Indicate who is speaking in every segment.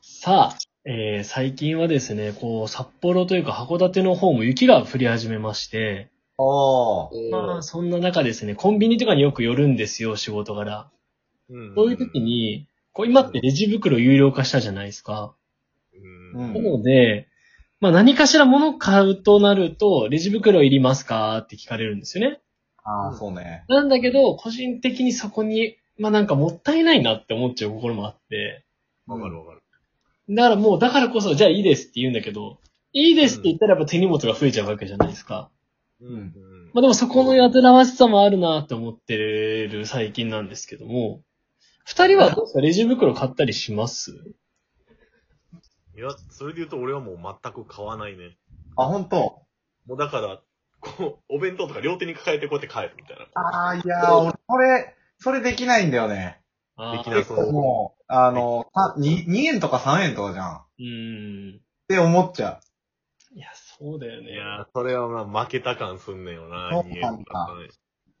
Speaker 1: さあ、えー最近はですね、こう、札幌というか函館の方も雪が降り始めまして、
Speaker 2: ああ。
Speaker 1: まあ、そんな中ですね、コンビニとかによく寄るんですよ、仕事柄。そういう時に、こう、今ってレジ袋有料化したじゃないですか。
Speaker 2: う
Speaker 1: なんので、まあ何かしら物買うとなると、レジ袋いりますかって聞かれるんですよね。
Speaker 2: ああ、そうね。
Speaker 1: なんだけど、個人的にそこに、まあなんかもったいないなって思っちゃう心もあって。
Speaker 3: わかるわかる。
Speaker 1: だからもう、だからこそ、じゃあいいですって言うんだけど、いいですって言ったらやっぱ手荷物が増えちゃうわけじゃないですか。
Speaker 2: ん
Speaker 1: まあでもそこのやたらわしさもあるなって思ってる最近なんですけども、二人はどうですかレジ袋買ったりします
Speaker 3: いや、それで言うと俺はもう全く買わないね。
Speaker 2: あ、ほんと
Speaker 3: もうだから、こう、お弁当とか両手に抱えてこうやって帰るみたいな。
Speaker 2: ああ、いやー、俺、それ、それできないんだよね。
Speaker 1: あ
Speaker 3: でき
Speaker 1: ー
Speaker 3: な
Speaker 2: 結
Speaker 3: そう
Speaker 2: 構もう、あの、さに 2, 円とか3円とかじゃん。っ
Speaker 1: うーん。
Speaker 2: て思っちゃ
Speaker 1: いや、そうだよ
Speaker 3: い
Speaker 1: ね。
Speaker 3: やー、それはまあ負けた感すんねんよな、
Speaker 2: そうなんだ
Speaker 3: 人間とかね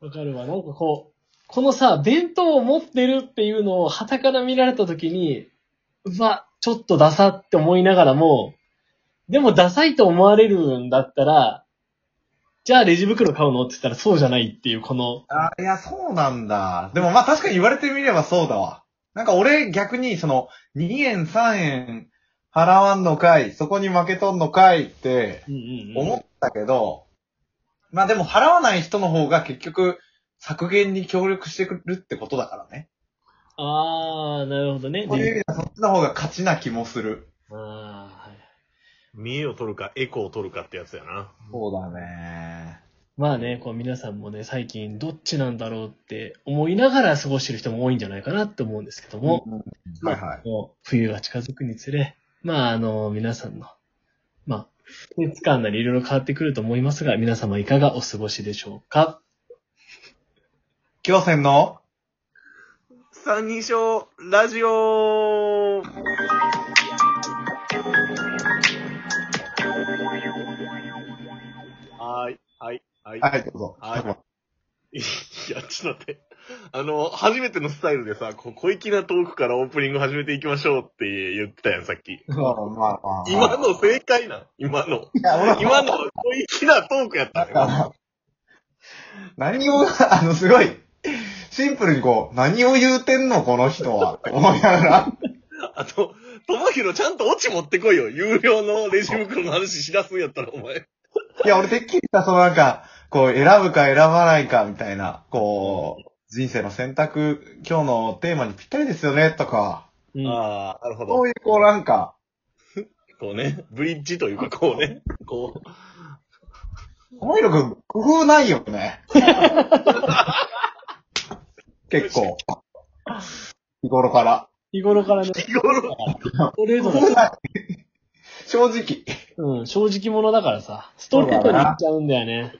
Speaker 1: わかるわ。なんかこう、このさ、弁当を持ってるっていうのを旗から見られた時に、うわ、ちょっとダサって思いながらも、でもダサいと思われるんだったら、じゃあレジ袋買うのって言ったらそうじゃないっていう、この、
Speaker 2: う。あーいや、そうなんだ。でもまあ確かに言われてみればそうだわ。なんか俺逆にその、2円3円払わんのかい、そこに負けとんのかいって
Speaker 1: うんうんうん
Speaker 2: 思ったけど、まあでも払わない人の方が結局削減に協力してくるってことだからね。
Speaker 1: あー、なるほどね。
Speaker 2: そういう
Speaker 1: で
Speaker 2: 意味ではそっちの方が勝ちな気もする。
Speaker 1: あーはい
Speaker 3: 見栄を取るか、エコを取るかってやつやな。
Speaker 2: そうだね。
Speaker 1: まあね、こう皆さんもね、最近どっちなんだろうって思いながら過ごしてる人も多いんじゃないかなって思うんですけども、
Speaker 2: うんはいはい。
Speaker 1: もう冬が近づくにつれ、まあ、あの、皆さんの、まあ、季節感なりいろいろ変わってくると思いますが、皆様いかがお過ごしでしょうか
Speaker 2: 京戦の
Speaker 3: 三人称、ラジオはーい、はい、はい。
Speaker 2: はい、どうぞ。
Speaker 3: はいいや、ちょっと待って。あの、初めてのスタイルでさ、こう小粋なトークからオープニング始めていきましょうって言ってたやん、さっき。
Speaker 2: まあまあまあ。
Speaker 3: 今の正解なん 今の。
Speaker 2: いや、俺
Speaker 3: 今の小粋なトークやったね。
Speaker 2: は、何を、あの、すごい、シンプルにこう、何を言うてんの、この人は。って思いながら。
Speaker 3: あと、ともひろちゃんとオチ持ってこいよ。有料のレジ袋の話しだすんやったら、お前。
Speaker 2: いや、俺てっきりさ、そのなんか、こう、選ぶか選ばないかみたいな、こう、人生の選択、今日のテーマにぴったりですよね、とか、
Speaker 1: うん。
Speaker 3: ああ、なるほ
Speaker 2: そういう、こう、なんか、
Speaker 3: こうね、ブリッジというか、こうね、こう。
Speaker 2: ともひろくん、工夫ないよね。結構。日頃から。
Speaker 1: 日頃からね、
Speaker 3: 日頃、
Speaker 1: ストレートだ。
Speaker 2: 正直。
Speaker 1: うん、正直者だからさ、ストレートに行っちゃうんだよね。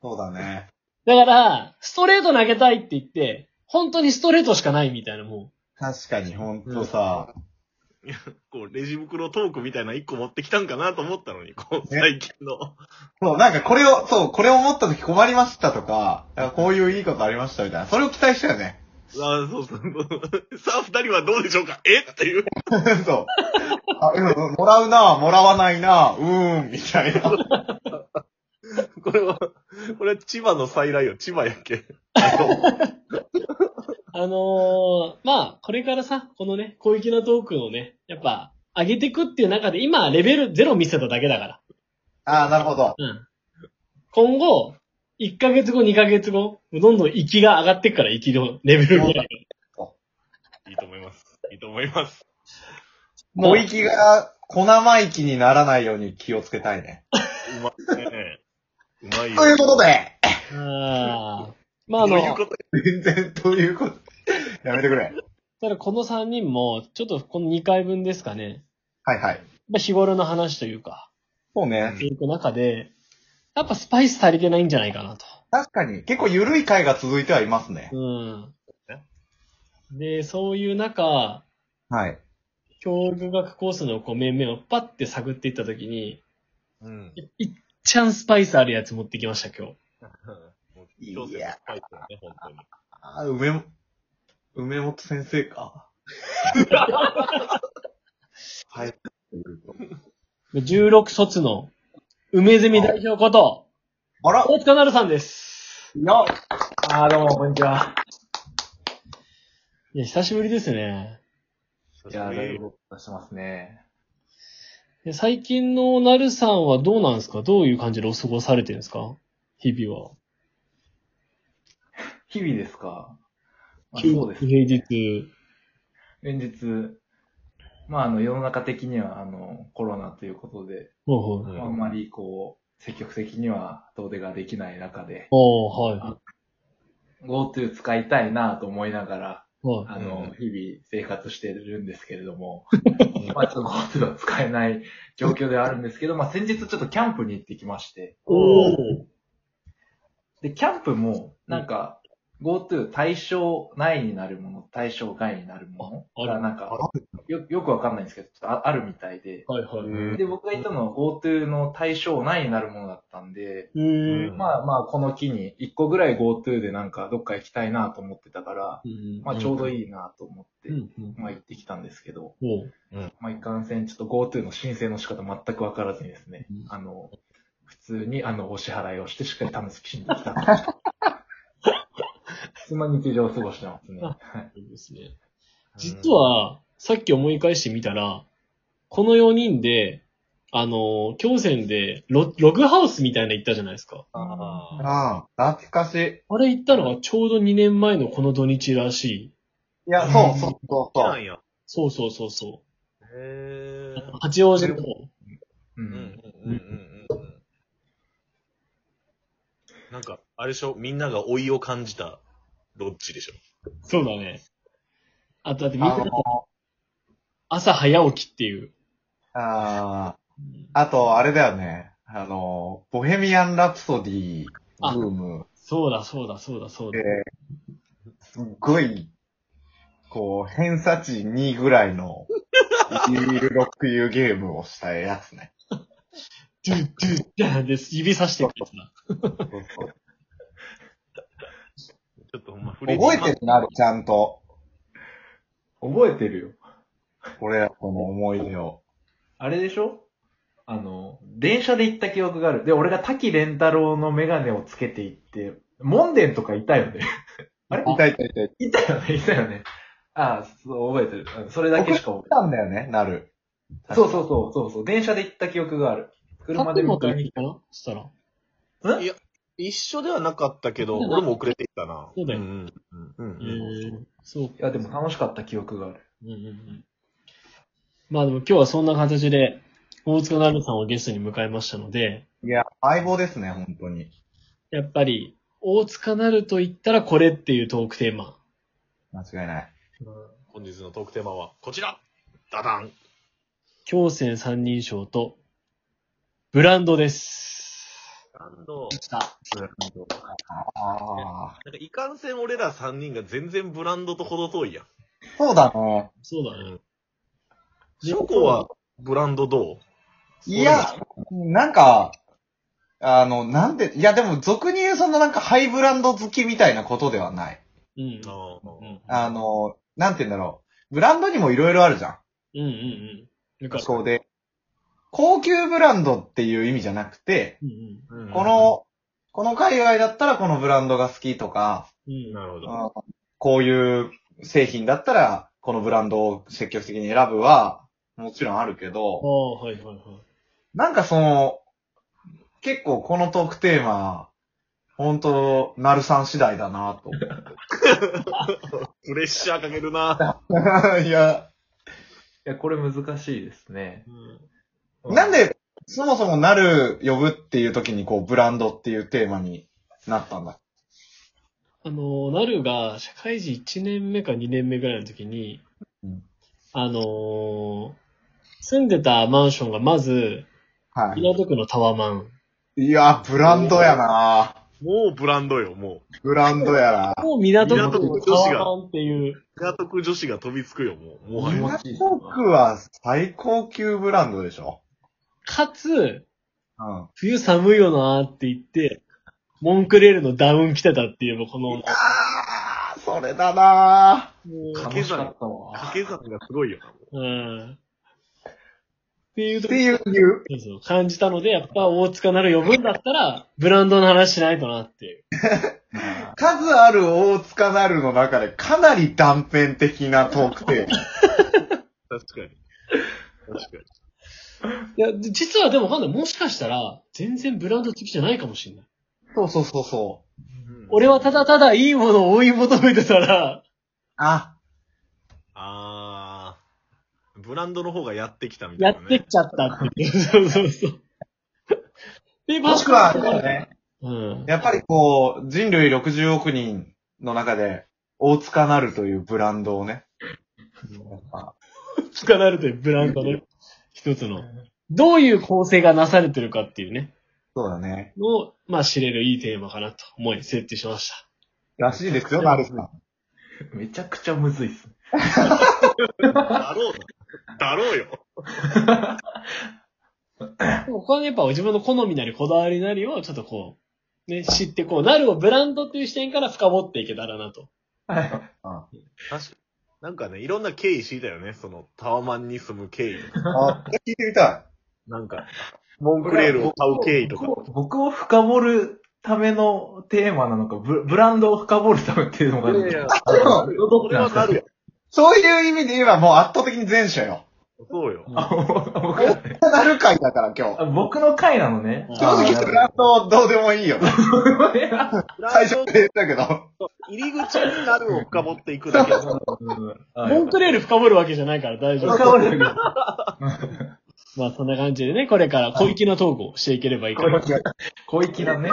Speaker 2: そうだね。
Speaker 1: だから、ストレート投げたいって言って、本当にストレートしかないみたいな、も
Speaker 2: 確かに、ほんとさ。
Speaker 3: こう、レジ袋トークみたいな一個持ってきたんかなと思ったのに、こう、最近の。
Speaker 2: そう、なんかこれを、そう、これを持った時困りましたとか、なんかこういういいことありましたみたいな。それを期待したよね。
Speaker 3: ああ、そうそう そう。さあ、二人はどうでしょうかえっていう。
Speaker 2: そう。あ、うん、もらうな、もらわないな、うーん、みたいな。
Speaker 3: これは、これは千葉の再来よ。千葉やっけ。あの
Speaker 1: う。あのー、まあ、これからさ、このね、小粋なトークをね、やっぱ、上げていくっていう中で、今、レベル0見せただけだから。
Speaker 2: ああ、なるほど。
Speaker 1: うん。今後、1ヶ月後、2ヶ月後、どんどん息が上がってくから、息のレベルが。
Speaker 3: いいと思います。いいと思います。
Speaker 1: も
Speaker 2: 小
Speaker 1: う、
Speaker 2: 粋が、小生意気にならないように気をつけたいね。
Speaker 3: うまいね。うまい
Speaker 2: という
Speaker 3: よ。
Speaker 2: ことで、
Speaker 1: あーまあ、
Speaker 3: ど
Speaker 1: あ
Speaker 3: ういう
Speaker 1: の、
Speaker 3: こと
Speaker 2: 全然、ということ。やめてくれ。
Speaker 1: ただこの3人も、ちょっとこの2回分ですかね、
Speaker 2: はいはい。
Speaker 1: まあ、日頃の話というか、
Speaker 2: そうね
Speaker 1: っていく中で、やっぱスパイス足りてないんじゃないかなと。
Speaker 2: 確かに、結構緩い回が続いてはいますね。
Speaker 1: うん。で、そういう中、
Speaker 2: はい。
Speaker 1: 教育学コースのこう面々をパッて探っていったときに、
Speaker 3: うん。
Speaker 1: いっちゃんスパイスあるやつ持ってきました、今日。
Speaker 3: もう強制のスパイスだね、本当に。
Speaker 2: あー、梅も、梅本先生か。はい、
Speaker 1: 16卒の梅ゼミ代表こと、
Speaker 4: あら
Speaker 1: 大塚なるさんです。
Speaker 4: よあーどうも、こんにちは。
Speaker 1: いや、久しぶりですね。
Speaker 4: いやー、だいぶ出してますね。
Speaker 1: いや最近のなるさんはどうなんですかどういう感じでお過ごされてるんですか日々は。
Speaker 4: 日々ですかあそうです。
Speaker 1: 平日。
Speaker 4: 連日、まあ、あの、世の中的には、あの、コロナということで、
Speaker 1: ほうほう。
Speaker 3: うん
Speaker 4: あんまりこう、積極的には遠出ができない中で、
Speaker 1: ああ、はい。は
Speaker 4: GoTo 使いたいなと思いながら、
Speaker 1: い。
Speaker 4: あの、
Speaker 3: うん
Speaker 4: 日々生活してるんですけれども、まあちょっと GoTo は使えない状況ではあるんですけど、まあ先日ちょっとキャンプに行ってきまして、
Speaker 1: おー
Speaker 4: で、キャンプも、なんか、GoTo 対象内になるもの、対象外になるも
Speaker 1: あ
Speaker 4: の
Speaker 1: ある
Speaker 4: が、なんか、よ、よくわかんないんですけど、ちょっとああるみたいで、
Speaker 1: はいはい。
Speaker 3: うん
Speaker 4: で、僕が言ったのは GoTo の対象内になるものだったんで、
Speaker 1: う
Speaker 3: ーん
Speaker 4: まあまあ、この機に、一個ぐらい GoTo でなんかどっか行きたいなと思ってたから、
Speaker 1: うん。
Speaker 4: まあちょうどいいなと思って、
Speaker 1: うんうん。
Speaker 4: まあ行ってきたんですけど、
Speaker 1: おう
Speaker 4: まあいかんせん、ちょっと GoTo の申請の仕方全くわからずにですね
Speaker 1: うん、
Speaker 4: あの、普通にあの、お支払いをしてしっかり楽しみにできた。 そんな日常を過ごしてますね。はい
Speaker 1: いいですね。実、は、さっき思い返してみたら、この4人で、あの、京泉でロログハウスみたいなの行ったじゃないですか。
Speaker 3: ああ。
Speaker 4: あ
Speaker 2: ああ、懐かしい。い
Speaker 1: あれ行ったのがちょうど2年前のこの土日らしい。
Speaker 2: や、そうそうそう
Speaker 3: そう
Speaker 2: そ
Speaker 3: な
Speaker 2: う。
Speaker 3: んや。
Speaker 1: そうそうそうそ
Speaker 3: へえ。
Speaker 1: う。八王子の方。
Speaker 4: う
Speaker 3: うんうん
Speaker 4: ん。
Speaker 3: うんうんうん。なんか、あれでしょみんなが老いを感じたロッジでしょ
Speaker 1: そうだね。あと、だってみん
Speaker 2: あ
Speaker 1: な
Speaker 2: の、
Speaker 1: 朝早起きっていう。
Speaker 2: ああ、あと、あれだよね。あの、ボヘミアン・ラプソディブ
Speaker 1: あ
Speaker 2: ーム
Speaker 1: そうだそうだそうだそうだ。
Speaker 2: ですっごい、こう、偏差値2ぐらいの、イービルロックユーゲームをしたやつね。
Speaker 1: ドゥドゥドゥンです。指さしてくれてた。
Speaker 2: そうそう
Speaker 3: ちょっとほんま、フ
Speaker 2: 覚えてるなる、ちゃんと。
Speaker 4: 覚えてるよ。
Speaker 2: 俺らとの思い出を。
Speaker 4: あれでしょあの、電車で行った記憶がある。で、俺が滝蓮太郎のメガネをつけて行って、門殿とかいたよね。
Speaker 2: いたいたいた。い
Speaker 4: いたよね、いたよね。ああ、そう、覚えてる。うんそれだけしか覚えて
Speaker 2: たんだよね、なる。
Speaker 4: ない。そうそうそう、そうそう。電車で行った記憶がある。車で
Speaker 1: 立本
Speaker 4: 迎え
Speaker 1: 行
Speaker 4: に
Speaker 1: くかなそしたら。
Speaker 3: いや、一緒ではなかったけど、
Speaker 1: うん
Speaker 3: 俺も遅れてきたな。
Speaker 1: そうだよ
Speaker 3: んうんうんうんうん
Speaker 1: へえそう
Speaker 4: いや、でも楽しかった記憶がある。
Speaker 1: うんうんうんまあでも今日はそんな形で、大塚なるさんをゲストに迎えましたので、
Speaker 2: いや、相棒ですね、本当に。
Speaker 1: やっぱり、大塚なると言ったらこれっていうトークテーマ。
Speaker 2: 間違いない。
Speaker 3: 本日のトークテーマはこちらダダン
Speaker 1: 強戦三人称と、ブランドです。
Speaker 3: ダンド。
Speaker 1: た。
Speaker 2: ああ。
Speaker 3: なんかいかんせん俺ら3人が全然ブランドと程遠いやん。
Speaker 2: そうだね。
Speaker 1: そうだね。
Speaker 3: ショコはブランドどう
Speaker 2: いや、なんか、あの、なんで、いやでも俗に言うそのなんかハイブランド好きみたいなことではない。
Speaker 1: うん。
Speaker 3: ああ
Speaker 1: うん。
Speaker 2: あの、なんて言うんだろう。ブランドにもいろいろあるじゃ
Speaker 1: うんうんうん。なんか
Speaker 2: ん。そうで。高級ブランドっていう意味じゃなくて、
Speaker 1: うんうん
Speaker 3: うん
Speaker 2: こ、の、この界隈だったらこのブランドが好きとか、
Speaker 1: うん。
Speaker 3: なるほど。
Speaker 2: うんこういう製品だったらこのブランドを積極的に選ぶは、もちろんあるけど、
Speaker 1: ああ、はいはいはい。
Speaker 2: なんかその、結構このトークテーマ、本当なるさん次第だなと。
Speaker 3: プレッシャーかけるな。
Speaker 2: いや、
Speaker 4: いや、これ難しいですね。う
Speaker 2: なんで、そもそもなる呼ぶっていう時にこう、ブランドっていうテーマになったんだ。
Speaker 1: あの、なるが、社会人1年目か2年目ぐらいの時に、
Speaker 2: うん
Speaker 1: あのー住んでたマンションがまず、
Speaker 2: は
Speaker 1: 港区のタワマン。
Speaker 2: い。いや、ブランドやな
Speaker 3: もうブランドよ、もう。
Speaker 2: ブランドやな
Speaker 1: もう港区
Speaker 3: 港区
Speaker 1: の
Speaker 3: の
Speaker 1: タ
Speaker 3: 女子が
Speaker 1: ワマンっていう、
Speaker 3: 港区女子が飛びつくよ、もう。もは
Speaker 4: う
Speaker 3: や。
Speaker 4: ん
Speaker 2: 港区は最高級ブランドでしょ
Speaker 1: かつ、
Speaker 2: うん。
Speaker 1: 冬寒いよなーって言って、モンクレールのダウン着てたっていう、この、
Speaker 2: あー、それだな
Speaker 1: も
Speaker 3: か
Speaker 4: 楽しかったわ。
Speaker 3: 掛け算がすごいよな。も
Speaker 1: う、
Speaker 3: う
Speaker 1: うん。っていうと
Speaker 2: ていう理由。
Speaker 1: そうそう感じたので、やっぱ大塚なる呼ぶんだったら、ブランドの話しないとなっていう。
Speaker 2: 数ある大塚なるの中でかなり断片的なトークテーマ。
Speaker 3: 確かに。確かに。
Speaker 1: いや、で実はでもわかんない。もしかしたら、全然ブランド好きじゃないかもしれない。
Speaker 2: そうそうそうそう。
Speaker 1: 俺はただただいいものを追い求めてたら、
Speaker 2: あ、
Speaker 3: あー、ブランドの方がやってきたみた
Speaker 1: や
Speaker 3: いな、
Speaker 1: っ
Speaker 3: ね。
Speaker 1: てきちゃったっていう。そうそうそう。で、
Speaker 2: もしくは、ね、
Speaker 1: うん。
Speaker 2: やっぱりこう、人類60億人の中で、大塚なるというブランドをね、やっぱ
Speaker 1: 塚なるというブランドの一つの、どういう構成がなされてるかっていうね、
Speaker 2: そうだね。
Speaker 1: のを、まあ知れるいいテーマかなと思い設定しました。
Speaker 2: らしいですよ、なるさん。
Speaker 4: めちゃくちゃむずいっす。
Speaker 3: だろうな。だろうよ。
Speaker 1: ここはね、やっぱ自分の好みなりこだわりなりをちょっとこう、ね、知ってこう、なるをブランドっていう視点から深掘っていけたらなと。
Speaker 4: はい。
Speaker 3: 確かに。なんかね、いろんな経緯知りたよね。その、タワマンに住む経緯。
Speaker 2: あ、聞いてみた
Speaker 3: なんか、モンクレールを買う経緯とか。
Speaker 4: 僕を。僕を深掘るためのテーマなのか、ブブランドを深掘るためっていうのがあるのか。
Speaker 3: それ はなるよ。
Speaker 2: い。そういう意味で言えばもう圧倒的に前者よ。
Speaker 3: そうよ。
Speaker 4: あ僕僕はね
Speaker 2: 大塚 なる会だから今
Speaker 4: あ
Speaker 2: 日。
Speaker 4: 僕の回なのね。
Speaker 2: 正直ブランドどうでもいいよ。最初
Speaker 3: ブラン
Speaker 2: で言ったけど。
Speaker 3: ド入り口になるを深掘っていくだけ。
Speaker 1: モンクレール深掘るわけじゃないから大丈夫。
Speaker 4: 深掘るだ
Speaker 1: まあそんな感じでね、これから小粋なトークをしていければいいかな。
Speaker 4: け。小粋だね。